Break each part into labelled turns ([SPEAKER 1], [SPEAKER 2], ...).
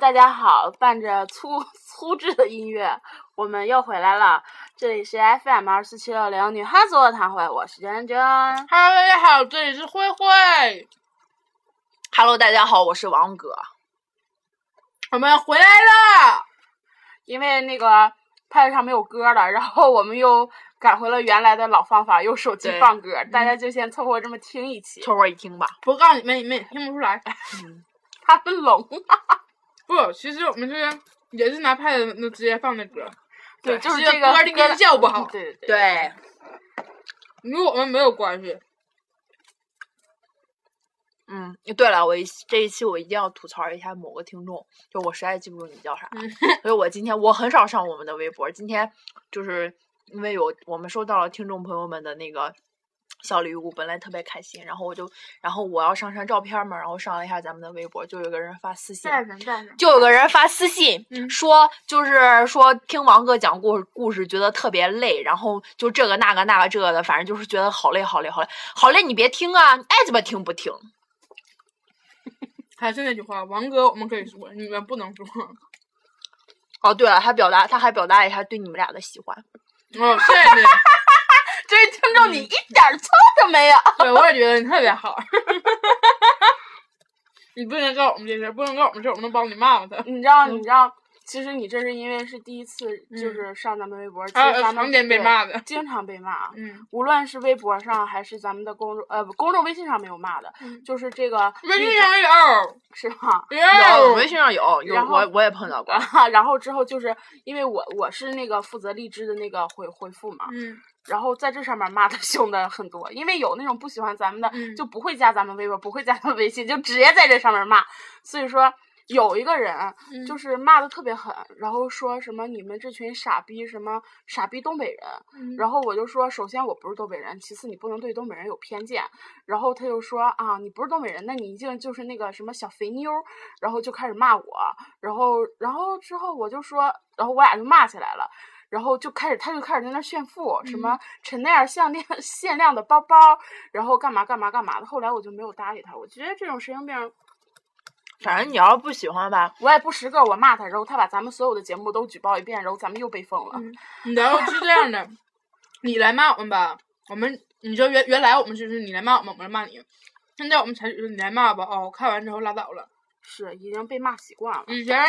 [SPEAKER 1] 大家好，伴着粗 粗制的音乐，我们又回来了。这里是 FM 二四七六零女汉子座谈会，我是娟娟。
[SPEAKER 2] Hello，大家好，这里是慧慧，
[SPEAKER 3] Hello，大家好，我是王哥。
[SPEAKER 2] 我们回来了。
[SPEAKER 1] 因为那个派对上没有歌了，然后我们又改回了原来的老方法，用手机
[SPEAKER 3] 对
[SPEAKER 1] 放歌，大
[SPEAKER 2] 嗯
[SPEAKER 1] 家就先凑合这么听一期。
[SPEAKER 3] 凑合一听吧，
[SPEAKER 2] 我告诉你们，你们也听不出来。
[SPEAKER 1] 嗯 他们聋，
[SPEAKER 2] 啊不，其实我们是也是拿 pad 那直接放的歌，
[SPEAKER 1] 对，就是是这个嗯
[SPEAKER 2] 歌的音效不好，
[SPEAKER 1] 对对 对，
[SPEAKER 3] 对，
[SPEAKER 2] 与我们没有关系。
[SPEAKER 3] 嗯，对了，我一这一期我一定要吐槽一下某个听众，就我实在记不住你叫啥，所以我今天我很少上我们的微博，今天就是因为有我们收到了听众朋友们的那个小礼物，本来特别开心，然后我就然后我要上传照片嘛，然后上了一下咱们的微博，就有个人发私信，
[SPEAKER 1] 带上带上，
[SPEAKER 3] 就有个人发私信、
[SPEAKER 2] 嗯
[SPEAKER 3] 说，就是说听王哥讲故事故事觉得特别累，然后就这个那个那个这个的，反正就是觉得好累好累好累好累，你别听啊，你爱怎么听不听。
[SPEAKER 2] 还是那句话，王哥我们可以说，你们不能说。
[SPEAKER 3] 哦，对了，他表达他还表达了一下对你们俩的喜欢，
[SPEAKER 2] 哦，谢谢你，
[SPEAKER 1] 这位听众你一点儿错都没有。
[SPEAKER 2] 对我也觉得你特别好。 你不能告诉我们这事儿，不能告诉我们这事儿，我们能帮你骂骂他。
[SPEAKER 1] 你知道，
[SPEAKER 2] 嗯
[SPEAKER 1] 你知道，其实你这是因为是第一次，就是上咱们微博，其
[SPEAKER 2] 还
[SPEAKER 1] 实
[SPEAKER 2] 有
[SPEAKER 1] 咱
[SPEAKER 2] 啊常
[SPEAKER 1] 们
[SPEAKER 2] 年被
[SPEAKER 1] 对
[SPEAKER 2] 骂的。
[SPEAKER 1] 经常被骂，啊
[SPEAKER 2] 嗯，
[SPEAKER 1] 无论是微博上还是咱们的公众呃不公众微信上没有骂的，
[SPEAKER 2] 嗯
[SPEAKER 1] 就是这个
[SPEAKER 2] 微信上有，
[SPEAKER 1] 是吗？
[SPEAKER 3] 有
[SPEAKER 2] 有
[SPEAKER 3] 微信上有有
[SPEAKER 1] 然后
[SPEAKER 3] 我我也碰到过，
[SPEAKER 1] 啊然后之后就是因为我我是那个负责荔枝的那个回回复嘛，
[SPEAKER 2] 嗯，
[SPEAKER 1] 然后在这上面骂的 凶的很多，因为有那种不喜欢咱们的、
[SPEAKER 2] 嗯
[SPEAKER 1] 就不会加咱们微博，不会加咱们微信，就直接在这上面骂。所以说有一个人
[SPEAKER 2] 嗯
[SPEAKER 1] 就是骂的特别狠，然后说什么你们这群傻逼，什么傻逼东北人。
[SPEAKER 2] 嗯
[SPEAKER 1] 然后我就说，首先我不是东北人，其次你不能对东北人有偏见。然后他就说啊，你不是东北人，那你一定就是那个什么小肥妞儿。然后就开始骂我，然后然后之后我就说，然后我俩就骂起来了。然后就开始，他就开始在那儿炫富，什么陈奈尔限量 限量的包包，然后干嘛干嘛干嘛的。后来我就没有搭理他，我觉得这种神经病儿，
[SPEAKER 3] 反正你要是不喜欢吧，
[SPEAKER 1] 我也不识个儿，我骂他，然后他把咱们所有的节目都举报一遍，然后咱们又被封了。
[SPEAKER 2] 嗯然后是这样的，你来骂我们吧，我们你说原原来我们就是你来骂我们，我们骂你，现在我们采取就是你来骂吧，哦，看完之后拉倒了。
[SPEAKER 1] 是已经被骂习惯了。
[SPEAKER 2] 以前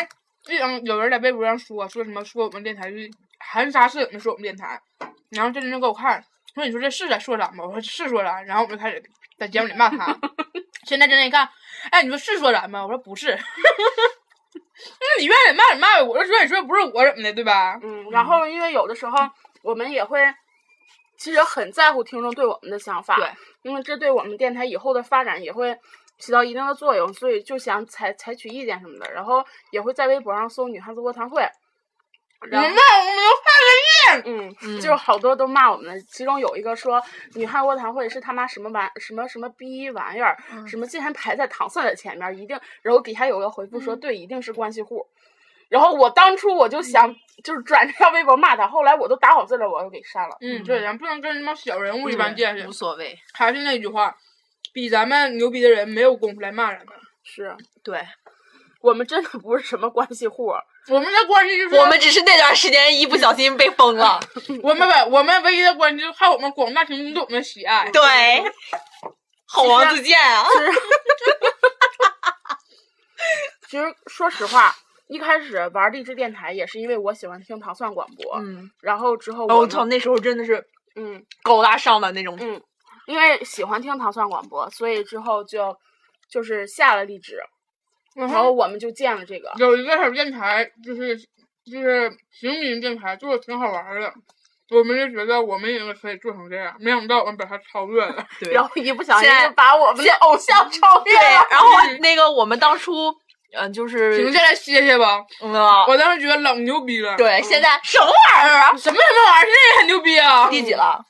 [SPEAKER 2] 一有有人在微博上说说什么说我们电台是含沙射影的说我们电台，然后这人就给我看说你说这是在说咱吗？我说是说咱，然后我们就开始在节目里骂他。现在真的一看，哎，你说是说咱吗？我说不是。 那你愿意骂你骂呗，我就说你说不是我怎么的，对吧？
[SPEAKER 1] 嗯，然后因为有的时候我们也会，其实很在乎听众对我们的想法，
[SPEAKER 3] 对，
[SPEAKER 1] 因为这对我们电台以后的发展也会起到一定的作用，所以就想采采取意见什么的，然后也会在微博上搜“女汉子卧谈会”，
[SPEAKER 2] 你
[SPEAKER 1] 然后。
[SPEAKER 2] 骂我们都
[SPEAKER 1] 嗯，
[SPEAKER 3] 嗯
[SPEAKER 1] 就是好多都骂我们，其中有一个说“女汉卧谈会”是他妈什么玩什么什么逼玩意儿，
[SPEAKER 3] 嗯
[SPEAKER 1] 什么竟然排在糖蒜的前面，一定。然后底下有个回复说：“
[SPEAKER 3] 嗯
[SPEAKER 1] 对，一定是关系户。”然后我当初我就想，就是转这条微博骂他，后来我都打好字了，我又给删了。
[SPEAKER 2] 嗯，对，咱不能跟什么小人物一般见识
[SPEAKER 3] 无。所谓，
[SPEAKER 2] 还是那句话，比咱们牛逼的人没有功夫来骂咱们。
[SPEAKER 1] 是
[SPEAKER 3] 对
[SPEAKER 1] 我们真的不是什么关系户，
[SPEAKER 2] 我们的关系就是
[SPEAKER 3] 我们只是那段时间一不小心被封了，
[SPEAKER 2] 我们把我们唯一的关系就是靠我们广大群众对我们的喜爱。
[SPEAKER 3] 对，好王自健啊，
[SPEAKER 1] 其实说实话，一开始玩励志电台也是因为我喜欢听糖蒜广播，
[SPEAKER 3] 嗯，
[SPEAKER 1] 然后之后
[SPEAKER 3] 哦
[SPEAKER 1] 我
[SPEAKER 3] 我
[SPEAKER 1] 们
[SPEAKER 3] 操，，那时候真的是
[SPEAKER 1] 嗯，
[SPEAKER 3] 狗拉上的那种，
[SPEAKER 1] 嗯，因为喜欢听糖蒜广播，所以之后就就是下了荔枝，
[SPEAKER 2] 然
[SPEAKER 1] 然后
[SPEAKER 2] 后
[SPEAKER 1] 我们就建了这个。
[SPEAKER 2] 有一个小电台，就是就是平民电台，做的挺好玩儿的。我们就觉得我们也可以做成这样，没想到我们把它超越了。
[SPEAKER 3] 对
[SPEAKER 1] 然后一不小心
[SPEAKER 3] 现在
[SPEAKER 1] 就把我们的偶 像超越
[SPEAKER 3] 嗯对，
[SPEAKER 1] 了。
[SPEAKER 3] 然后那个我们当初，嗯、就是
[SPEAKER 2] 停下来歇歇吧，
[SPEAKER 3] 嗯啊
[SPEAKER 2] 我当时觉得老牛逼了。，
[SPEAKER 3] 对，现在什么玩意儿啊？
[SPEAKER 2] 什么什么玩意儿，现在也很牛逼啊！
[SPEAKER 3] 第几了？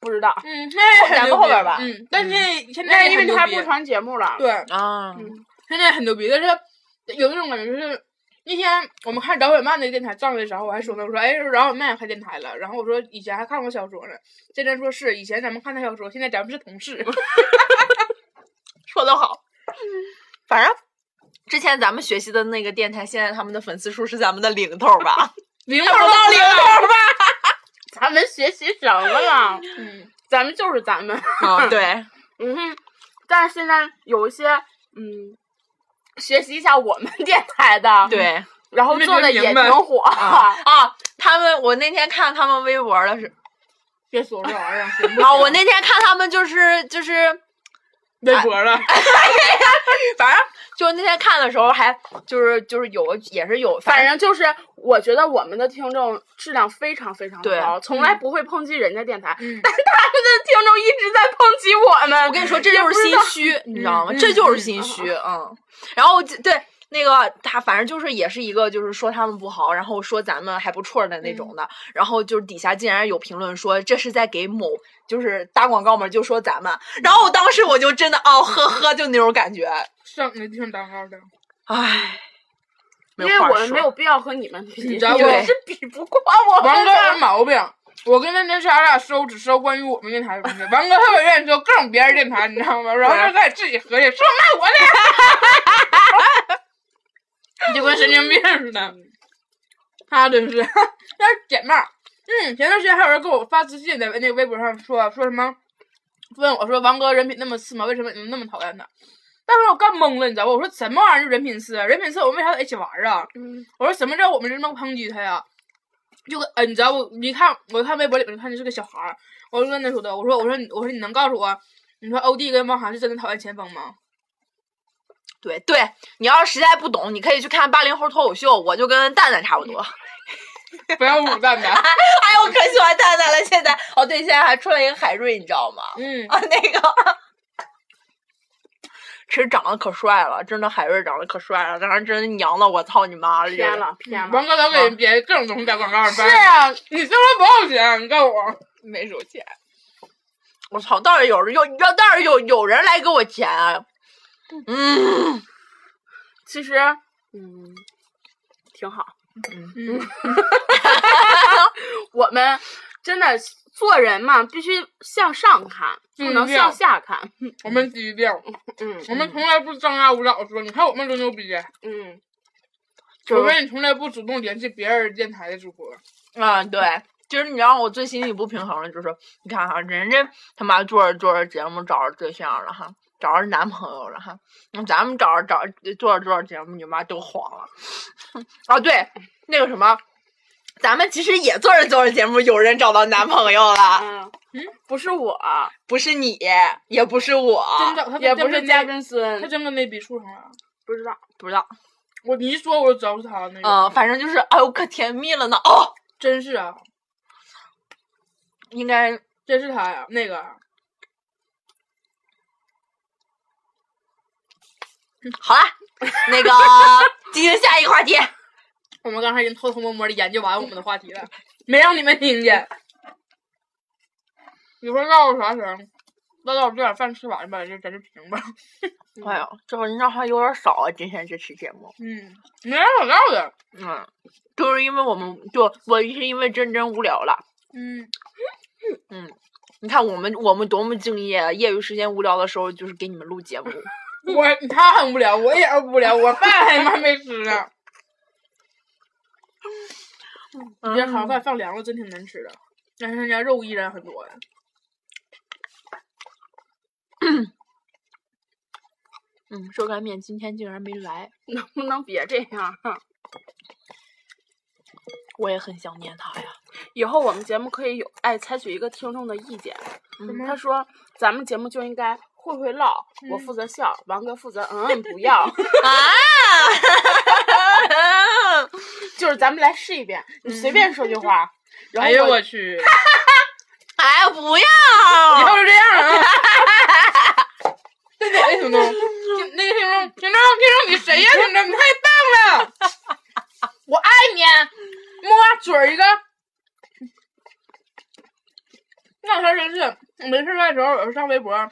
[SPEAKER 1] 不知道，
[SPEAKER 2] 嗯，现在也很
[SPEAKER 3] 咱们
[SPEAKER 2] 牛逼
[SPEAKER 3] 后边吧
[SPEAKER 2] 嗯，但是现
[SPEAKER 1] 那
[SPEAKER 2] 在
[SPEAKER 1] 是因
[SPEAKER 2] 也
[SPEAKER 1] 为
[SPEAKER 2] 很牛
[SPEAKER 1] 他
[SPEAKER 2] 逼
[SPEAKER 1] 不传节目了。，
[SPEAKER 2] 对，
[SPEAKER 3] 啊，
[SPEAKER 2] 现在很牛逼，但是有那种感觉就是。那天我们看饶雪漫那个电台账的时候，我还说呢，我说哎，饶雪漫也开电台了。然后我说以前还看过小说呢，这人说是以前咱们看他小说，现在咱们是同事。
[SPEAKER 3] 嗯说的好，反正之前咱们学习的那个电台，现在他们的粉丝数是咱们的零头儿 吧？
[SPEAKER 1] 零头
[SPEAKER 3] 不
[SPEAKER 1] 儿
[SPEAKER 3] 到零头儿吧？
[SPEAKER 1] 咱们学习什么了？
[SPEAKER 2] 嗯，
[SPEAKER 1] 咱们就是咱们。
[SPEAKER 3] 嗯，对，
[SPEAKER 1] 嗯哼，但是现在有一些嗯，学习一下我们 电台的，，
[SPEAKER 3] 对
[SPEAKER 1] 然后
[SPEAKER 2] 没
[SPEAKER 1] 做
[SPEAKER 2] 听
[SPEAKER 1] 的
[SPEAKER 2] 明
[SPEAKER 1] 也
[SPEAKER 2] 白
[SPEAKER 1] 挺火，
[SPEAKER 3] 啊，他们我那天看他们微博了 是
[SPEAKER 2] 别说这玩意儿， 行不
[SPEAKER 3] 啊，
[SPEAKER 2] 行
[SPEAKER 3] 我那天看他们就是就是，
[SPEAKER 2] 微博了，
[SPEAKER 3] 反正就那天看的时候还就是就是有也是有，
[SPEAKER 1] 反
[SPEAKER 3] 正
[SPEAKER 1] 正就是我觉得我们的听众质量非常非常的
[SPEAKER 3] 对嗯
[SPEAKER 1] 高，从来不会抨击人家电台，
[SPEAKER 2] 嗯
[SPEAKER 1] 但是他们的听众一直在抨击我们。
[SPEAKER 3] 我跟你说这就是心虚，你知道吗？
[SPEAKER 2] 嗯
[SPEAKER 3] 这就是
[SPEAKER 2] 嗯
[SPEAKER 3] 心虚，嗯。然后就对那个他反正就是也是一个就是说他们不好，然后说咱们还不错的那种的，然后就是底下竟然有评论说这是在给某就是打广告嘛，就说咱们，然后我当时我就真的哦呵呵就那种感觉，
[SPEAKER 2] 上那挺蛋糕的，
[SPEAKER 3] 唉。没
[SPEAKER 1] 因
[SPEAKER 3] 有
[SPEAKER 1] 为
[SPEAKER 3] 话
[SPEAKER 1] 我们
[SPEAKER 3] 说
[SPEAKER 1] 没有必要和你们 比，
[SPEAKER 2] 你知道
[SPEAKER 1] 你们
[SPEAKER 3] 对
[SPEAKER 1] 是比不过我们
[SPEAKER 2] 王哥有
[SPEAKER 1] 的。
[SPEAKER 2] 毛病。我跟那那是俺俩收，只收关于我们电台的东西。王哥特别愿意收各种别人电台，你知道吗？然后就开始自己合计，说卖我的，你 就跟神经病似的。他真是， 但是姐妹儿，嗯，前段时间还有人给我发私信在那个微博上说说什么，问我说王哥人品那么次吗？为什么你们那么讨厌他？当时我干懵了，你知道吧？我说什么玩意儿就人品次？人品次我们为啥在一起玩儿啊？
[SPEAKER 1] 嗯
[SPEAKER 2] 我说什么叫我们这么抨击他呀？就跟呃，你知道我一看，我看微博里面看这是个小孩儿，我就跟他说的，我说我说你我说你能告诉我，你说欧弟跟汪涵是真的讨厌前锋吗？
[SPEAKER 3] 对对，你要是实在不懂，你可以去看八零后脱口秀，我就跟蛋蛋差不多。
[SPEAKER 2] 不要侮辱蛋
[SPEAKER 3] 哎
[SPEAKER 2] 蛋。
[SPEAKER 3] 呀，我可喜欢蛋蛋了，现在哦对，现在还出了一个海瑞，你知道吗？
[SPEAKER 2] 嗯，
[SPEAKER 3] 啊，那个，其实长得可帅了，真的海瑞长得可帅了，当然真娘了，我操你妈了！这
[SPEAKER 1] 偏
[SPEAKER 3] 个，嗯
[SPEAKER 1] 了偏了。
[SPEAKER 2] 王哥老给别人各种东西打广告儿，
[SPEAKER 1] 是
[SPEAKER 2] 是
[SPEAKER 1] 啊，
[SPEAKER 2] 你这么不要钱，你告诉我，
[SPEAKER 3] 没手钱。我操，倒是有人有要，倒是有有人来给我钱。啊嗯，
[SPEAKER 1] 其实嗯挺好。
[SPEAKER 2] 嗯，
[SPEAKER 1] 我们真的做人嘛，必须向上看，不
[SPEAKER 2] 嗯
[SPEAKER 1] 能
[SPEAKER 2] 对啊
[SPEAKER 1] 向下看。
[SPEAKER 2] 我们低调，
[SPEAKER 1] 嗯
[SPEAKER 2] 我们从来不张牙舞爪说，你看我们多牛逼，
[SPEAKER 1] 嗯，
[SPEAKER 3] 就
[SPEAKER 2] 我
[SPEAKER 3] 是
[SPEAKER 2] 们也从来不主动联系别人电台的主播，
[SPEAKER 3] 啊、对，就是你让我最心里不平衡的，就是你看哈，人家他妈做着做着节目找着对象了哈，找着男朋友了哈，那咱们找着找着做着做着节目，你妈都黄了。哦，对，那个什么，咱们其实也做着做着节目，有人找到男朋友了，
[SPEAKER 1] 嗯，不是我，
[SPEAKER 3] 不是你，也不是我，
[SPEAKER 2] 真的，他
[SPEAKER 1] 也不是家
[SPEAKER 2] 家，
[SPEAKER 1] 珍
[SPEAKER 2] 他
[SPEAKER 1] 孙，
[SPEAKER 2] 真跟那逼处上了，
[SPEAKER 1] 不知道。
[SPEAKER 3] 不知道，
[SPEAKER 2] 我你一说我就知道是他那个，
[SPEAKER 3] 嗯、反正就是，哎呦，可甜蜜了呢。哦，
[SPEAKER 2] 真是啊，
[SPEAKER 3] 应该
[SPEAKER 2] 真是他呀，那个
[SPEAKER 3] 好啦，那 个进行下一个话题。
[SPEAKER 2] 我们刚才已经偷偷摸摸的研究完我们的话题了，没让你们听见。你说唠叨啥声？唠叨我这点饭吃完吧，就咱就停吧。
[SPEAKER 3] 哎呦，这文章还有点少啊，今天这期节目。
[SPEAKER 2] 嗯，没啥可唠的。
[SPEAKER 3] 嗯，就是因为我们就我是因为真真无聊了。嗯
[SPEAKER 2] 嗯，
[SPEAKER 3] 你看我们我们多么敬业，啊！业余时间无聊的时候就是给你们录节目。
[SPEAKER 2] 我他很无聊，我也是无聊，我饭还妈没吃呢。今
[SPEAKER 3] 嗯
[SPEAKER 2] 天嗯好像饭放凉了，真挺难吃的，但是人家肉依然很多呀。
[SPEAKER 3] 嗯，热干面今天竟然没来，
[SPEAKER 1] 能不能别这样？
[SPEAKER 3] 我也很想念他呀。
[SPEAKER 1] 以后我们节目可以有哎，采取一个听众的意见。
[SPEAKER 3] 嗯
[SPEAKER 1] 他说咱们节目就应该慧慧唠，我
[SPEAKER 2] 嗯
[SPEAKER 1] 负责笑，王哥负责嗯嗯不要，
[SPEAKER 3] 啊！
[SPEAKER 1] 就是咱们来试一遍，你随便说句话。然后
[SPEAKER 2] 哎呦我去，以
[SPEAKER 3] 哎呀，不要！
[SPEAKER 2] 后就这样了啊！对对，哎，听众，听那个听众，听众，听众，你谁呀？听众，你太棒了！我爱你，啊摸嘴儿一个。那天真是没事儿干的时候，有时候上微博，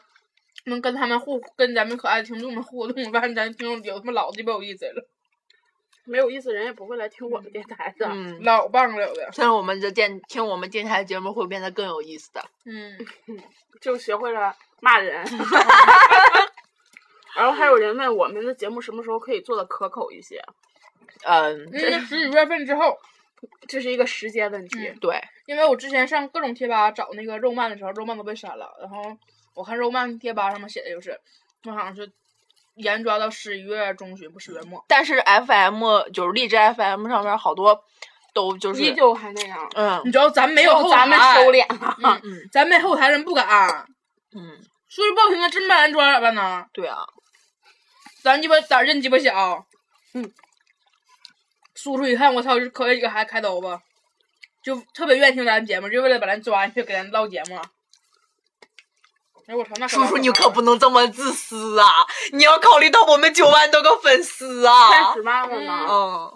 [SPEAKER 2] 能跟他们互跟咱们可爱的听众们互动，发现咱听众有他妈老鸡巴有意思了，
[SPEAKER 1] 没有意思，人也不会来听我们电台
[SPEAKER 2] 啊
[SPEAKER 1] 的。
[SPEAKER 3] 嗯，
[SPEAKER 2] 老棒了的。
[SPEAKER 3] 像我们的电听我们电台节目会变得更有意思的。
[SPEAKER 2] 嗯，
[SPEAKER 1] 就学会了骂人。 然后还有人问我们的节目什么时候可以做的可口一些，
[SPEAKER 3] 嗯，
[SPEAKER 2] 因为十一月份之后，
[SPEAKER 1] 这是一个时间问题。
[SPEAKER 2] 嗯
[SPEAKER 3] 对，
[SPEAKER 2] 因为我之前上各种贴吧找那个肉漫的时候，肉漫都被删了。然后我看肉漫贴吧上面写的就是，那好像是严抓到十一月中旬，不十月末。
[SPEAKER 3] 但是 FM 就是荔枝 FM 上面好多都就是
[SPEAKER 1] 依旧还那样，
[SPEAKER 3] 嗯
[SPEAKER 2] 你知道咱没有后台，
[SPEAKER 1] 咱们收敛了。
[SPEAKER 2] 嗯
[SPEAKER 3] 嗯
[SPEAKER 2] 咱没后台人不敢。
[SPEAKER 3] 嗯，
[SPEAKER 2] 说句不好听的，真把人抓咋办呢？
[SPEAKER 3] 对啊，
[SPEAKER 2] 咱鸡巴胆认鸡巴小。
[SPEAKER 1] 嗯。
[SPEAKER 2] 叔叔一看，我操，就可以给孩子开刀吧，就特别愿意听咱节目，就为了把咱抓进去给咱唠节目。哎，我操，那
[SPEAKER 3] 叔叔你可不能这么自私啊！你要考虑到我们九万多个粉丝啊
[SPEAKER 1] 三！十万了呢。
[SPEAKER 3] 嗯，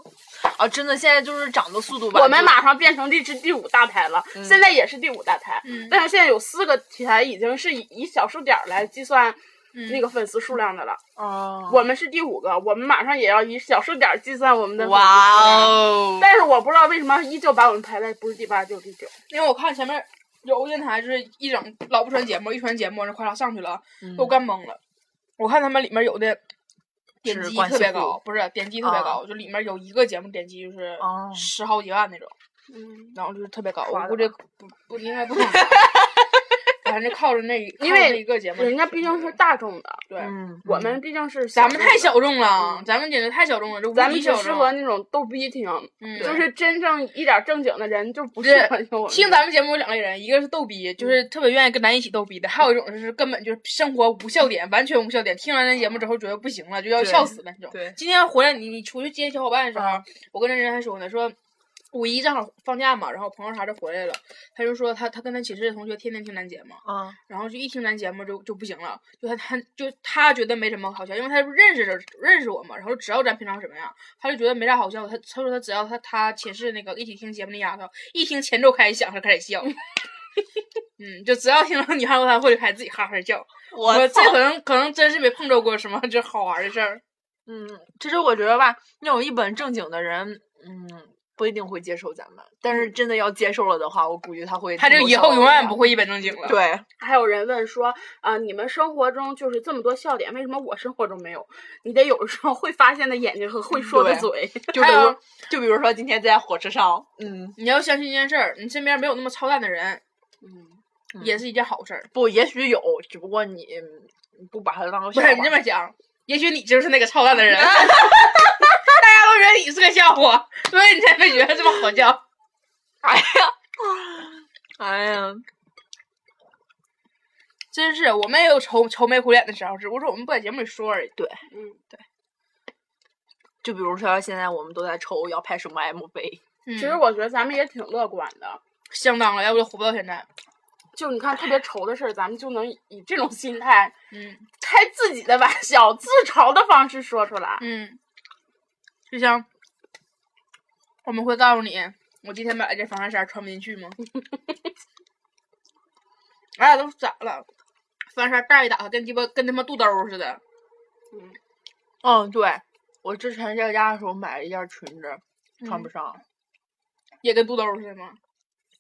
[SPEAKER 3] 啊，真的，现在就是涨的速度吧。
[SPEAKER 1] 我们
[SPEAKER 3] 就
[SPEAKER 1] 马上变成荔枝第五大台了，
[SPEAKER 3] 嗯
[SPEAKER 1] 现在也是第五大台，
[SPEAKER 2] 嗯
[SPEAKER 1] 但是现在有四个台已经是以以小数点儿来计算
[SPEAKER 2] 嗯
[SPEAKER 1] 那个粉丝数量的了。
[SPEAKER 3] 哦，
[SPEAKER 1] 我们是第五个，我们马上也要以小数点儿计算我们的粉丝
[SPEAKER 3] 哇
[SPEAKER 1] 数量。
[SPEAKER 3] 哦，
[SPEAKER 1] 但是我不知道为什么依旧把我们排在不是第八就是第九，
[SPEAKER 2] 因为我看前面有个电台就是一整老不传节目，一传节目那快拉上去了，
[SPEAKER 3] 嗯
[SPEAKER 1] 嗯
[SPEAKER 2] 给我干懵了。我看他们里面有的点
[SPEAKER 3] 是
[SPEAKER 2] 击
[SPEAKER 3] 关
[SPEAKER 2] 特别
[SPEAKER 3] 系户
[SPEAKER 2] 高，不是点击
[SPEAKER 1] 哦
[SPEAKER 2] 特别高，就里面有一个节目点击就是
[SPEAKER 3] 哦
[SPEAKER 2] 十好几万那种，
[SPEAKER 1] 嗯，
[SPEAKER 2] 然后就是特别高。
[SPEAKER 3] 刷的
[SPEAKER 2] 我估计不不应该不可能，反正就靠着那一
[SPEAKER 1] 因
[SPEAKER 2] 靠着
[SPEAKER 1] 为
[SPEAKER 2] 那一个节目，
[SPEAKER 1] 人家毕竟是大众的，
[SPEAKER 2] 对。
[SPEAKER 3] 嗯，
[SPEAKER 1] 我们毕竟是
[SPEAKER 2] 咱们太
[SPEAKER 1] 小
[SPEAKER 2] 小众了，
[SPEAKER 1] 嗯
[SPEAKER 2] 咱们简直太小众了，这无
[SPEAKER 1] 众的，咱
[SPEAKER 2] 敌
[SPEAKER 1] 们
[SPEAKER 2] 小
[SPEAKER 1] 只适
[SPEAKER 2] 众
[SPEAKER 1] 合那种逗逼听，
[SPEAKER 2] 嗯，
[SPEAKER 1] 就
[SPEAKER 3] 对
[SPEAKER 1] 是真正一点儿正经的人就不
[SPEAKER 2] 对
[SPEAKER 1] 适合听我们。
[SPEAKER 2] 听咱们节目有两类人，一个是逗逼，就是特别愿意跟咱一起逗逼的；还有一种就是根本就是生活无笑点，完全无笑点。听完咱节目之后觉得不行了，就要
[SPEAKER 3] 对
[SPEAKER 2] 笑死的那种。
[SPEAKER 3] 对啊
[SPEAKER 2] 今天回来你你出去接小伙伴的时候，我跟那人还说呢，说五一正好放假嘛，然后朋友啥就回来了，他就说他他跟他寝室的同学天天听咱节目，
[SPEAKER 3] 嗯
[SPEAKER 2] 然后就一听咱节目就就不行了，就他他就他觉得没什么好笑，因为他不认识人认识我嘛，然后知道咱平常什么样，他就觉得没啥好笑。他他说他只要他他寝室那个一起听节目那丫头，一听前奏开始响，他开始笑。 嗯，就只要听到你哈喽大会，就开始自己哈哈笑。
[SPEAKER 3] 我
[SPEAKER 2] 我这
[SPEAKER 3] 操
[SPEAKER 2] 可能可能真是没碰着过什么这好玩的事儿。
[SPEAKER 3] 嗯，其实我觉得吧，那种一本正经的人，嗯，不一定会接受咱们。但是真的要接受了的话，我估计他会
[SPEAKER 2] 嗯他
[SPEAKER 3] 听
[SPEAKER 2] 这
[SPEAKER 3] 我
[SPEAKER 2] 以
[SPEAKER 3] 说
[SPEAKER 2] 后
[SPEAKER 3] 的
[SPEAKER 2] 永
[SPEAKER 3] 话
[SPEAKER 2] 远不会一本正经了。
[SPEAKER 3] 对，
[SPEAKER 1] 还有人问说，啊、你们生活中就是这么多笑点，为什么我生活中没有？你得有时候会发现的眼睛和会说的
[SPEAKER 3] 对
[SPEAKER 1] 嘴。
[SPEAKER 3] 就
[SPEAKER 2] 还
[SPEAKER 3] 比
[SPEAKER 2] 有
[SPEAKER 3] 如就比如说今天在火车上，嗯，
[SPEAKER 2] 你要相信一件事儿，你身边没有那么操蛋的人，
[SPEAKER 1] 嗯，
[SPEAKER 2] 也是一件好事儿。
[SPEAKER 3] 不，也许有，只不过你嗯不把它当个
[SPEAKER 2] 不
[SPEAKER 3] 笑
[SPEAKER 2] 是你
[SPEAKER 3] 话
[SPEAKER 2] 这。么想，也许你就是那个操蛋 的人，大家都觉得你是个笑话，所以你才会觉得这么好笑。
[SPEAKER 3] 哎呀，哎呀，
[SPEAKER 2] 真是，我们也有愁愁眉苦脸的时候，只不过是我们不在节目里说而已。
[SPEAKER 3] 就比如说现在我们都在愁要拍什么 MV，
[SPEAKER 2] 其
[SPEAKER 1] 其实我觉得咱们也挺乐观的，
[SPEAKER 2] 相当了，要不就活不到现在。
[SPEAKER 1] 就你看特别愁的事儿，咱们就能以这种心态
[SPEAKER 2] 嗯
[SPEAKER 1] 开自己的玩笑，自嘲的方式说出来。
[SPEAKER 2] 嗯，就像我们会告诉你，我今天买了件防晒衫穿不进去吗？俺俩都咋了？防晒衫带一打开，跟鸡巴跟他妈肚兜似的。
[SPEAKER 3] 嗯，对，我之前在家的时候买了一件裙子，穿不上，
[SPEAKER 2] 也跟肚兜似的吗？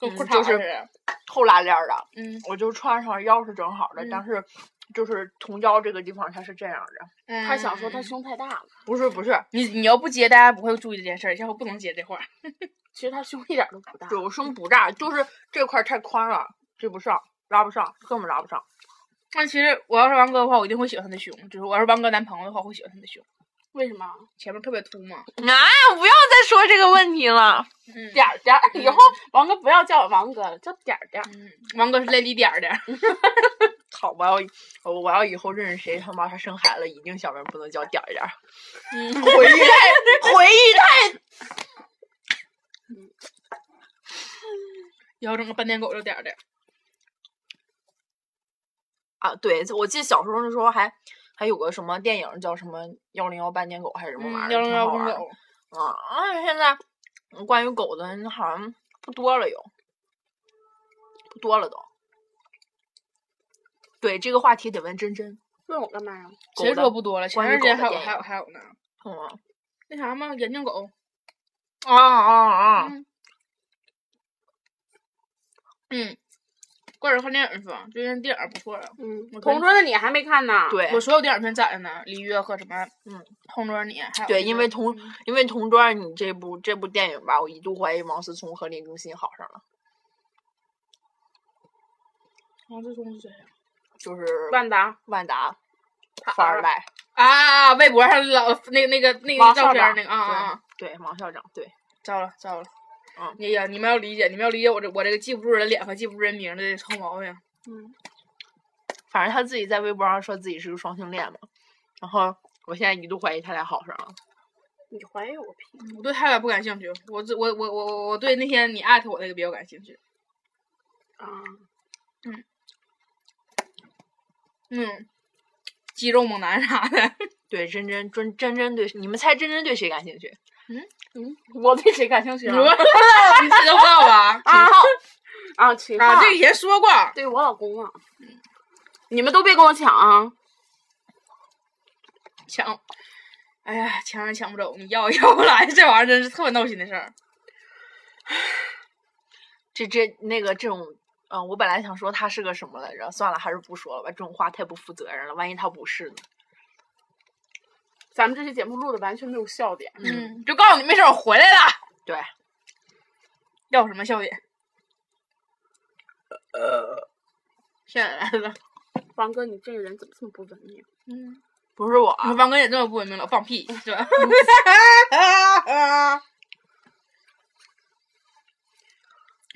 [SPEAKER 2] 跟
[SPEAKER 3] 嗯
[SPEAKER 2] 裤衩
[SPEAKER 3] 就
[SPEAKER 2] 似
[SPEAKER 3] 是
[SPEAKER 2] 的。
[SPEAKER 3] 后拉链儿的，
[SPEAKER 2] 嗯
[SPEAKER 3] 我就穿上腰是正好的，
[SPEAKER 2] 嗯
[SPEAKER 3] 但是就是从腰这个地方它是这样的，
[SPEAKER 2] 嗯，
[SPEAKER 1] 他想说他胸太大了，
[SPEAKER 3] 不是不是，
[SPEAKER 2] 你你要不接，大家不会注意这件事儿。以后不能接这话。
[SPEAKER 1] 其实他胸一点儿都不大
[SPEAKER 3] 对。我胸不大，就是这块儿太宽了，追不上，拉不上，根本拉不上。
[SPEAKER 2] 但其实我要是王哥的话，我一定会喜欢他的胸。就是我要是王哥男朋友的话，我会喜欢他的胸，
[SPEAKER 1] 为什么？
[SPEAKER 2] 前面特别凸嘛。
[SPEAKER 3] 啊！不要再说这个问题了。
[SPEAKER 2] 嗯
[SPEAKER 1] 点儿点儿，以后王哥不要叫我王哥了，叫点儿点儿。
[SPEAKER 2] 嗯，王哥是泪滴点儿的。
[SPEAKER 3] 好，我要我我要以后认识谁他妈他生孩子，一定小名不能叫点儿点儿，
[SPEAKER 2] 嗯，
[SPEAKER 3] 回忆太回忆太
[SPEAKER 2] 以后整个斑点狗就点儿点儿。
[SPEAKER 3] 啊！对，我记得小时候的时候还还有个什么电影叫什么幺零幺斑点狗还是什么嗯玩意儿，
[SPEAKER 2] 嗯幺零
[SPEAKER 3] 挺好
[SPEAKER 2] 幺公
[SPEAKER 3] 玩儿
[SPEAKER 2] 狗。
[SPEAKER 3] 啊，啊现在嗯关于狗的嗯好像不多了又，不多了都。对这个话题得问真真，
[SPEAKER 1] 问我干嘛呀？
[SPEAKER 3] 狗
[SPEAKER 2] 谁
[SPEAKER 3] 的
[SPEAKER 2] 说不多了？前
[SPEAKER 3] 关于
[SPEAKER 2] 段时间
[SPEAKER 3] 狗的
[SPEAKER 2] 还有
[SPEAKER 3] 电
[SPEAKER 2] 还有
[SPEAKER 3] 影
[SPEAKER 2] 还有呢，
[SPEAKER 3] 嗯啊
[SPEAKER 2] 那啥嘛，眼镜狗。哦
[SPEAKER 3] 嗯啊啊！
[SPEAKER 2] 嗯，个人看电影去吧，最近电影不错了。
[SPEAKER 1] 嗯，
[SPEAKER 2] 我
[SPEAKER 1] 同
[SPEAKER 2] 跟
[SPEAKER 1] 桌的你还没看呢？，
[SPEAKER 3] 对
[SPEAKER 2] 我所有电影全攒着呢，《璃月》和什么，
[SPEAKER 3] 嗯，
[SPEAKER 2] 同桌你，还有
[SPEAKER 3] 对，
[SPEAKER 2] 就
[SPEAKER 3] 因
[SPEAKER 2] 是
[SPEAKER 3] 为同因为同桌你这部这部电影吧，我一度怀疑王思聪和林更新好上了，
[SPEAKER 2] 王思聪是谁呀
[SPEAKER 3] 就是
[SPEAKER 1] 万达
[SPEAKER 3] 万达
[SPEAKER 1] 他
[SPEAKER 3] 富
[SPEAKER 1] 儿
[SPEAKER 3] 二代，
[SPEAKER 2] 啊？微博上老那个那个那个
[SPEAKER 3] 王
[SPEAKER 2] 照
[SPEAKER 3] 校
[SPEAKER 2] 片
[SPEAKER 3] 长
[SPEAKER 2] 儿那个啊啊，啊
[SPEAKER 3] 对王校长，对
[SPEAKER 2] 糟了糟了，
[SPEAKER 3] 嗯
[SPEAKER 2] 哎呀，你们要理解，你们要理解我这我这个记不住人脸和记不住人名的臭毛病。
[SPEAKER 3] 反正他自己在微博上说自己是个双性恋嘛，然后我现在一度怀疑他俩好上了。
[SPEAKER 1] 你怀疑我屁？
[SPEAKER 2] 我对他俩不感兴趣，我只我我我我我对那天你艾特我那个比较感兴趣。
[SPEAKER 1] 啊，
[SPEAKER 2] 嗯，肌肉猛男啥的，
[SPEAKER 3] 对，真真真真真对，你们猜真真对谁感兴趣？
[SPEAKER 1] 我对谁感兴趣啊
[SPEAKER 2] 你
[SPEAKER 1] 了？
[SPEAKER 2] 知道吧？
[SPEAKER 1] 啊啊，秦昊
[SPEAKER 2] 啊，这以前说过，
[SPEAKER 1] 对我老公啊，你们都别跟我抢啊！
[SPEAKER 2] 抢，哎呀，抢也抢不走，你要也要不来，这玩意儿真是特别闹心的事儿。
[SPEAKER 3] 这这那个这种，嗯、我本来想说他是个什么来着，算了，还是不说了吧，这种话太不负责任了，万一他不是呢？
[SPEAKER 1] 咱们这期节目录的完全没有笑点，
[SPEAKER 3] 嗯，
[SPEAKER 2] 就告诉你，没事儿我回来了，
[SPEAKER 3] 对，
[SPEAKER 2] 要什么笑点？呃，下来了。
[SPEAKER 1] 王哥，你这个人怎么这么不文明？
[SPEAKER 2] 嗯，
[SPEAKER 3] 不是我啊，
[SPEAKER 2] 我王哥也这么不文明了，放屁是 吧？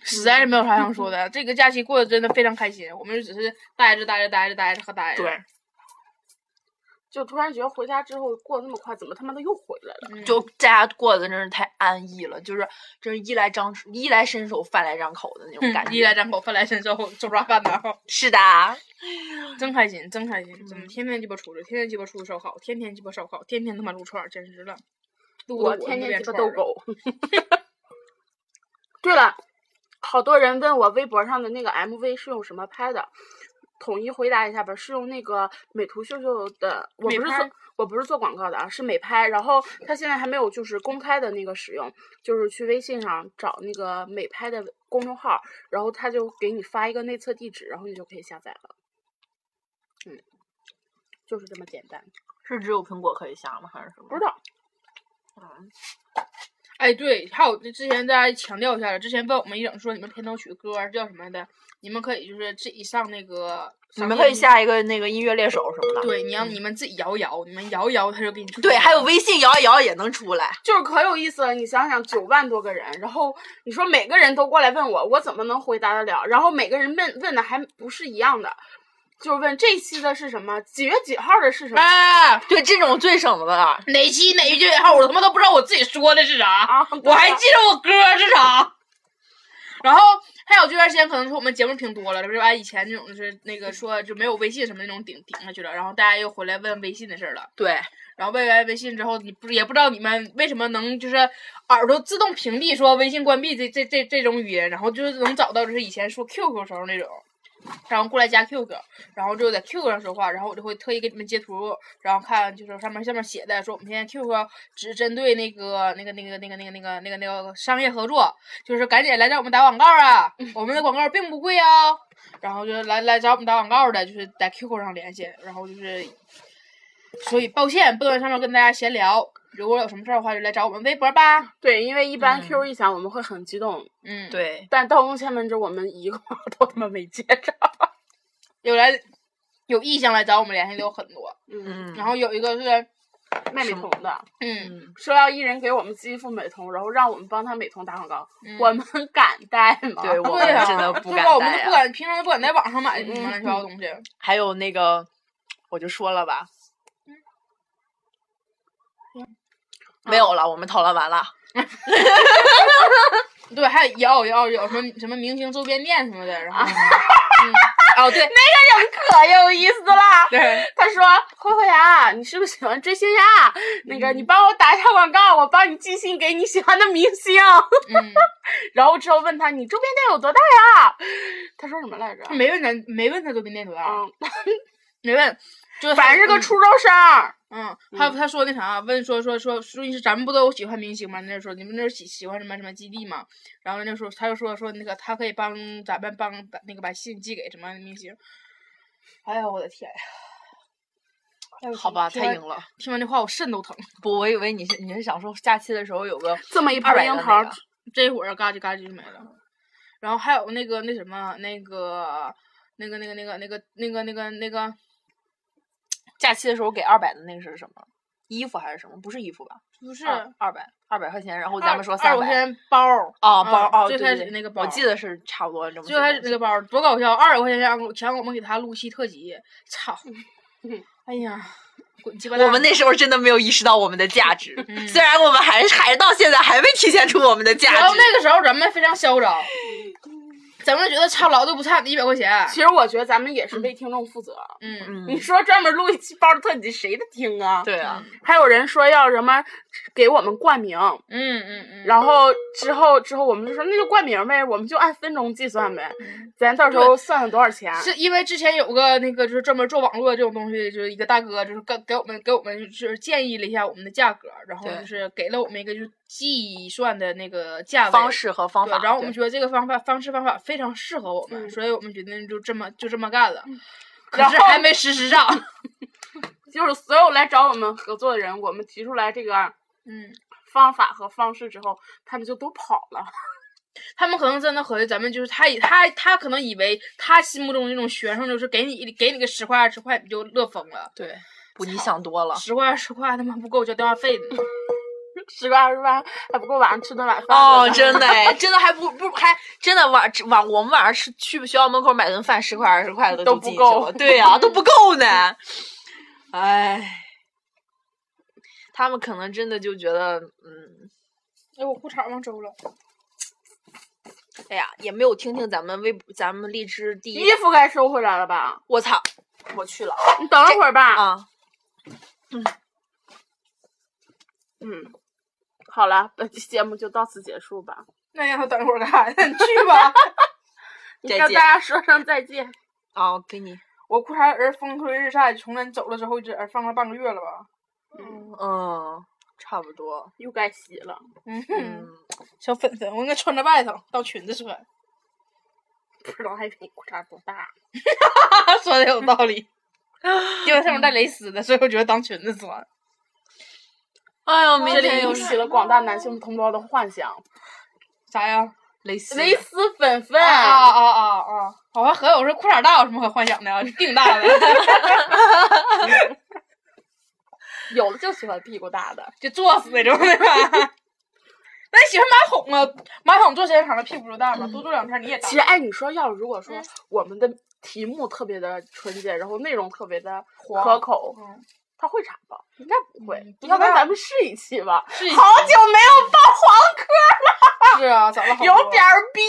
[SPEAKER 2] 实在是没有啥想说的，这个假期过得真的非常开心，我们就只是待着待着待着待着和待着，
[SPEAKER 3] 对，
[SPEAKER 1] 就突然觉得回家之后过得那么快，怎么他妈的又回来了？
[SPEAKER 2] 嗯
[SPEAKER 3] 就在家过得真是太安逸了，就是真是衣来张衣来伸手饭来张口的那种感
[SPEAKER 2] 嗯
[SPEAKER 3] 觉。
[SPEAKER 2] 衣来张口，饭来伸手，手抓饭挠。
[SPEAKER 3] 是的，
[SPEAKER 2] 真开心，真开心，真的天天鸡巴出去，天天鸡巴出去烧烤，天天鸡巴烧烤，天天他妈撸串儿，简直了！撸
[SPEAKER 1] 我
[SPEAKER 2] 得
[SPEAKER 1] 天天
[SPEAKER 2] 那边
[SPEAKER 1] 鸡巴
[SPEAKER 2] 串
[SPEAKER 1] 逗
[SPEAKER 2] 儿了，
[SPEAKER 1] 狗。对了，好多人问我微博上的那个 MV 是用什么拍的，统一回答一下吧，是用那个美图秀秀的，我
[SPEAKER 2] 美
[SPEAKER 1] 不是
[SPEAKER 2] 拍
[SPEAKER 1] 做我不是做广告的啊，是美拍。然后它现在还没有就是公开的那个使用，就是去微信上找那个美拍的公众号，然后他就给你发一个内测地址，然后你就可以下载了。嗯，就是这么简单。
[SPEAKER 3] 是只有苹果可以下吗？还是什么？
[SPEAKER 1] 不知道，
[SPEAKER 2] 哎，对，还有之前大家强调一下了，之前问我们一整说你们片头曲歌叫什么的，你们可以就是自己上那个，
[SPEAKER 3] 你们可以，下一个那个音乐猎手什么的。
[SPEAKER 2] 对，你让
[SPEAKER 1] 嗯
[SPEAKER 2] 你们自己摇一摇，你们摇一摇，他就给你出
[SPEAKER 3] 对，
[SPEAKER 2] 来
[SPEAKER 3] 还有
[SPEAKER 2] 了
[SPEAKER 3] 微信摇一摇也能出来。
[SPEAKER 1] 就是可有意思了。你想想，九万多个人，然后你说每个人都过来问我，我怎么能回答得了？然后每个人问问的还不是一样的，就是问这期的是什么，几月几号的是什么
[SPEAKER 2] 啊，
[SPEAKER 3] 对，这种最省的了。啊
[SPEAKER 2] 哪期哪一句号，我他妈都不知道我自己说的是啥。
[SPEAKER 1] 啊？
[SPEAKER 2] 我还
[SPEAKER 1] 对啊
[SPEAKER 2] 记得我歌儿是啥。然后还有这段时间，可能是我们节目挺多了，就是按以前那种，就是那个说就没有微信什么那种顶顶下去了，然后大家又回来问微信的事儿了。
[SPEAKER 3] 对，
[SPEAKER 2] 然后问完微信之后，你不也不知道你们为什么能就是耳朵自动屏蔽说微信关闭这这这这种语音，然后就是能找到就是以前说 QQ 时候那种，然后过来加 QQ，然后就在 QQ 上说话，然后我就会特意给你们截图，然后看就是上面上面写的说我们现在 QQ 只针对那个那个那个那个那个那个那个那个商业合作，就是赶紧来找我们打广告啊，我们的广告并不贵啊，然后就来来找我们打广告的，就是在 QQ 上联系，然后就是所以抱歉，不能在上面跟大家闲聊。如果有什么事儿的话，就来找我们微博吧。
[SPEAKER 1] 对，因为一般
[SPEAKER 3] 嗯
[SPEAKER 1] Q 一响我们会很激动，
[SPEAKER 2] 嗯，，
[SPEAKER 3] 对，
[SPEAKER 1] 但到目前为止我们一个广告都他妈没接着。
[SPEAKER 2] 有来有意向来找我们联系的有很多，
[SPEAKER 1] 嗯，
[SPEAKER 3] 嗯，
[SPEAKER 2] 然后有一个是，
[SPEAKER 1] 卖美瞳的
[SPEAKER 2] 嗯，
[SPEAKER 1] 说要一人给我们寄一副美瞳，然后让我们帮他美瞳打广告，
[SPEAKER 2] 嗯
[SPEAKER 1] 我们敢戴吗？
[SPEAKER 3] 对我
[SPEAKER 2] 对呀、
[SPEAKER 3] 们
[SPEAKER 2] 啊，
[SPEAKER 3] 真 的不
[SPEAKER 2] 对
[SPEAKER 3] 敢
[SPEAKER 2] 吧？我们
[SPEAKER 3] 带啊
[SPEAKER 2] 都不敢，平常都不敢在网上买什么乱七八糟东西。
[SPEAKER 3] 还有那个，我就说了吧。没有了，我们讨论完了。
[SPEAKER 2] 对，还有有有有什么什么明星周边店什么的，然后，嗯，哦对
[SPEAKER 1] 可有意思啦！
[SPEAKER 2] 对，
[SPEAKER 1] 他说：“慧慧啊，你是不是喜欢追星呀、那
[SPEAKER 2] 嗯
[SPEAKER 1] 个，你帮我打一下广告，我帮你寄信给你喜欢的明星。
[SPEAKER 2] 嗯，
[SPEAKER 1] 然后之后问他，你周边店有多大呀？他说什么来着？
[SPEAKER 2] 没问咱没问他周边店多大，
[SPEAKER 1] 嗯，
[SPEAKER 2] 没问，就是
[SPEAKER 1] 反
[SPEAKER 2] 还
[SPEAKER 1] 正是个
[SPEAKER 2] 嗯
[SPEAKER 1] 初中生儿，
[SPEAKER 2] 嗯，还有他说那啥，问说说说说你是咱们不都喜欢明星吗？那时候你们那时候喜喜欢什么什么基地嘛？然后那时候他就说说那个他可以帮咱们帮把那个把信寄给什么明星。哎呀，我的天呀！哎呦
[SPEAKER 3] 好吧，
[SPEAKER 2] 听
[SPEAKER 3] 太
[SPEAKER 2] 完
[SPEAKER 3] 硬了。
[SPEAKER 2] 听完这话我肾都疼。
[SPEAKER 3] 不，我以为你是你是想说假期的时候有个
[SPEAKER 1] 这么一
[SPEAKER 3] 200
[SPEAKER 1] 盘
[SPEAKER 3] 的
[SPEAKER 1] 樱
[SPEAKER 3] 那
[SPEAKER 1] 桃
[SPEAKER 3] 个，
[SPEAKER 2] 这会儿嘎吱嘎吱就没了。然后还有那个那什么那个那个那个那个那个那个那个那个
[SPEAKER 3] 假期的时候给二百的那个是什么？衣服还是什么？不是衣服吧？
[SPEAKER 2] 不是
[SPEAKER 1] 嗯
[SPEAKER 3] 二百二百块钱，然后
[SPEAKER 2] 二
[SPEAKER 3] 咱们说
[SPEAKER 2] 二
[SPEAKER 3] 三
[SPEAKER 2] 十块
[SPEAKER 3] 百。
[SPEAKER 2] 钱包儿
[SPEAKER 3] 哦，包
[SPEAKER 2] 嗯
[SPEAKER 3] 哦，
[SPEAKER 2] 最
[SPEAKER 3] 对
[SPEAKER 2] 开
[SPEAKER 3] 对对
[SPEAKER 2] 始那个包
[SPEAKER 3] 我
[SPEAKER 2] 儿，
[SPEAKER 3] 记得是差不多这么些
[SPEAKER 2] 最
[SPEAKER 3] 东西。
[SPEAKER 2] 开始那个包儿多搞笑，二十块钱让我全我们给他录期特辑， 操！哎呀，滚鸡巴
[SPEAKER 3] 嗯
[SPEAKER 2] 蛋！
[SPEAKER 3] 我们那时候真的没有意识到我们的价值，
[SPEAKER 2] 嗯
[SPEAKER 3] 虽然我们还还到现在还没体现出我们的价
[SPEAKER 2] 然后
[SPEAKER 3] 值。
[SPEAKER 2] 那个时候咱们非常嚣张，
[SPEAKER 3] 嗯
[SPEAKER 2] 咱们觉得差老都不差你一百块钱。
[SPEAKER 1] 其实我觉得咱们也是为听众负责。
[SPEAKER 2] 嗯，
[SPEAKER 1] 你
[SPEAKER 3] 嗯，
[SPEAKER 1] 说专门录一期包的特辑，谁的听啊？
[SPEAKER 3] 对啊，
[SPEAKER 1] 还有人说要什么给我们冠名，
[SPEAKER 2] 嗯嗯嗯，
[SPEAKER 1] 然后之后之后我们就说那就冠名呗，我们就按分钟计算呗，
[SPEAKER 3] 嗯
[SPEAKER 1] 咱到时候算算多少
[SPEAKER 3] 啊
[SPEAKER 1] 钱。
[SPEAKER 2] 是因为之前有个那个就是专门做网络这种东西，就是一个大哥，就是给给我们给我们就是建议了一下我们的价格，然后
[SPEAKER 3] 对
[SPEAKER 2] 就是给了我们一个就是计算的那个价位
[SPEAKER 3] 方式和方
[SPEAKER 2] 嗯对
[SPEAKER 3] 法。，
[SPEAKER 2] 然后我们觉得这个方法方式方法非常适合我们，
[SPEAKER 1] 嗯
[SPEAKER 2] 所以我们决定就这么就这么干了。可
[SPEAKER 1] 然
[SPEAKER 2] 是
[SPEAKER 1] 后
[SPEAKER 2] 还没实施上。
[SPEAKER 1] 就是所有来找我们合作的人，我们提出来这个
[SPEAKER 2] 嗯，
[SPEAKER 1] 方法和方式之后，他们就都跑了。
[SPEAKER 2] 他们可能真的合计咱们就是他以他他可能以为他心目中那种学生就是给你给你个十块二十块你就乐疯了，
[SPEAKER 3] 对，不，你想多了。
[SPEAKER 2] 十块二十块他妈不够我交电话费呢。
[SPEAKER 1] 十个二十万还不够晚上吃顿晚饭
[SPEAKER 3] 哦，
[SPEAKER 1] 呢
[SPEAKER 3] 真的哎，真的还不不还真的晚晚我们晚上吃去学校门口买顿饭十块二十块的
[SPEAKER 1] 都
[SPEAKER 3] 都
[SPEAKER 1] 不
[SPEAKER 3] 进去
[SPEAKER 1] 够
[SPEAKER 3] 了对呀、啊都不够呢。哎，他们可能真的就觉得，嗯，
[SPEAKER 2] 哎，我裤衩忘收了。
[SPEAKER 3] 哎呀，也没有听听咱们微咱们荔枝第一
[SPEAKER 1] 衣，服该收回来了吧？
[SPEAKER 3] 我操，我去了
[SPEAKER 1] 你等一会儿吧。
[SPEAKER 3] 啊，
[SPEAKER 1] 嗯，好了，本期节目就到此结束吧。
[SPEAKER 2] 那让他等一会儿干啥呀？你去吧。
[SPEAKER 1] 你
[SPEAKER 3] 再
[SPEAKER 1] 跟
[SPEAKER 3] 见
[SPEAKER 1] 大家说声再见。
[SPEAKER 3] 啊，我给你，
[SPEAKER 2] 我裤衩儿风吹日晒，从咱走了之后一直儿放了半个月了吧？
[SPEAKER 3] 嗯，差不多，
[SPEAKER 1] 又该洗了。
[SPEAKER 2] 嗯
[SPEAKER 3] 嗯
[SPEAKER 2] 哼，，小粉粉，我应该穿着外头当裙子穿。
[SPEAKER 1] 不知道还以为裤衩多大。
[SPEAKER 2] 他 说的有道 理，因为上面带蕾丝的，所以我觉得当裙子穿。
[SPEAKER 3] 哎呦，明
[SPEAKER 1] 这里
[SPEAKER 3] 天
[SPEAKER 1] 引
[SPEAKER 3] 又
[SPEAKER 1] 起
[SPEAKER 3] 是
[SPEAKER 1] 了广大男性同胞的幻想。
[SPEAKER 2] 啥呀？
[SPEAKER 3] 蕾丝，
[SPEAKER 1] 蕾丝粉粉
[SPEAKER 2] 啊，啊啊啊啊！我还合友说裤衩大有什么可幻想的 呀？腚大的
[SPEAKER 1] 有的就喜欢屁股大的。
[SPEAKER 2] 就作死那种的 吧。那你喜欢马桶啊？马桶坐时间长了屁股就大嘛，多坐两天你也
[SPEAKER 1] 嗯
[SPEAKER 2] 大
[SPEAKER 1] 其。实，哎，你说要是如果说
[SPEAKER 2] 嗯
[SPEAKER 1] 我们的题目特别的纯洁，然后内容特别的
[SPEAKER 2] 黄
[SPEAKER 1] 可口，
[SPEAKER 2] 嗯
[SPEAKER 1] 他会查吧？应该不会
[SPEAKER 2] 嗯。不知
[SPEAKER 1] 要不然
[SPEAKER 2] 道
[SPEAKER 1] 咱们试一期吧。
[SPEAKER 2] 是
[SPEAKER 1] 好久没有爆黄科，
[SPEAKER 2] 是啊，长了好
[SPEAKER 1] 有
[SPEAKER 2] 多
[SPEAKER 1] 点儿憋。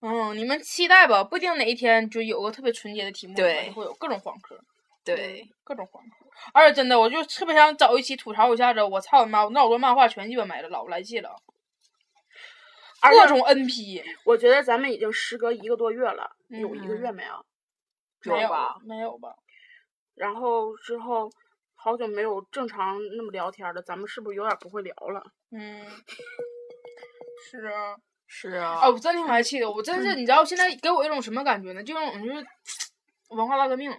[SPEAKER 2] 嗯，你们期待吧，不一定哪一天就有个特别纯洁的题目，
[SPEAKER 3] 对
[SPEAKER 2] 会有各种黄科。
[SPEAKER 3] 对，
[SPEAKER 2] 各种黄科。而且真的，我就特别想找一期吐槽一下子，我操你妈，我那好多漫画全鸡巴没了，老不来气了，
[SPEAKER 1] 而
[SPEAKER 2] 各
[SPEAKER 1] 且
[SPEAKER 2] 种 NP
[SPEAKER 1] 我觉得咱们已经时隔一个多月了，有一个
[SPEAKER 3] 嗯
[SPEAKER 1] 月没有。
[SPEAKER 3] 有
[SPEAKER 2] 没有
[SPEAKER 3] 吧？
[SPEAKER 2] 没有吧？
[SPEAKER 1] 然后之后好久没有正常那么聊天了，咱们是不是有点不会聊了？
[SPEAKER 2] 嗯，是啊，
[SPEAKER 3] 是啊
[SPEAKER 2] 啊，我真挺来气的，我真
[SPEAKER 1] 嗯
[SPEAKER 2] 是，你知道现在给我一种什么感觉呢？就那种就是文化大革命，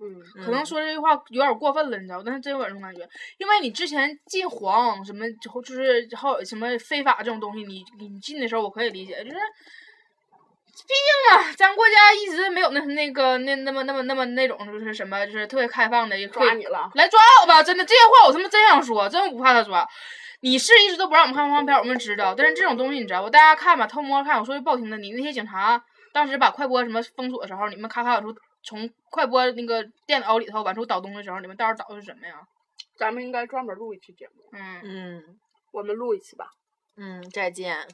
[SPEAKER 1] 嗯，
[SPEAKER 2] 可能说这句话有点过分了，你知道，但是真有这种感觉，因为你之前进黄什么，就是还有什么非法这种东西，你你进的时候我可以理解，就是。毕竟嘛，咱国家一直没有那那个那那么那么那么那种就是什么就是特别开放的，也可以
[SPEAKER 1] 抓你了。
[SPEAKER 2] 来抓我吧！真的，这些话我他妈真想说，真不怕他抓。你是一直都不让我们看黄片，我们知道，但是这种东西你知道，我大家看吧，偷摸看。我说句不好听的，你那些警察当时把快播什么封锁的时候，你们咔咔往出从快播那个电脑里头往出倒东西的时候，你们到时候倒的是什么呀？
[SPEAKER 1] 咱们应该专门录一期节目，
[SPEAKER 2] 嗯，
[SPEAKER 3] 嗯
[SPEAKER 1] 我们录一期吧。
[SPEAKER 3] 嗯，再见。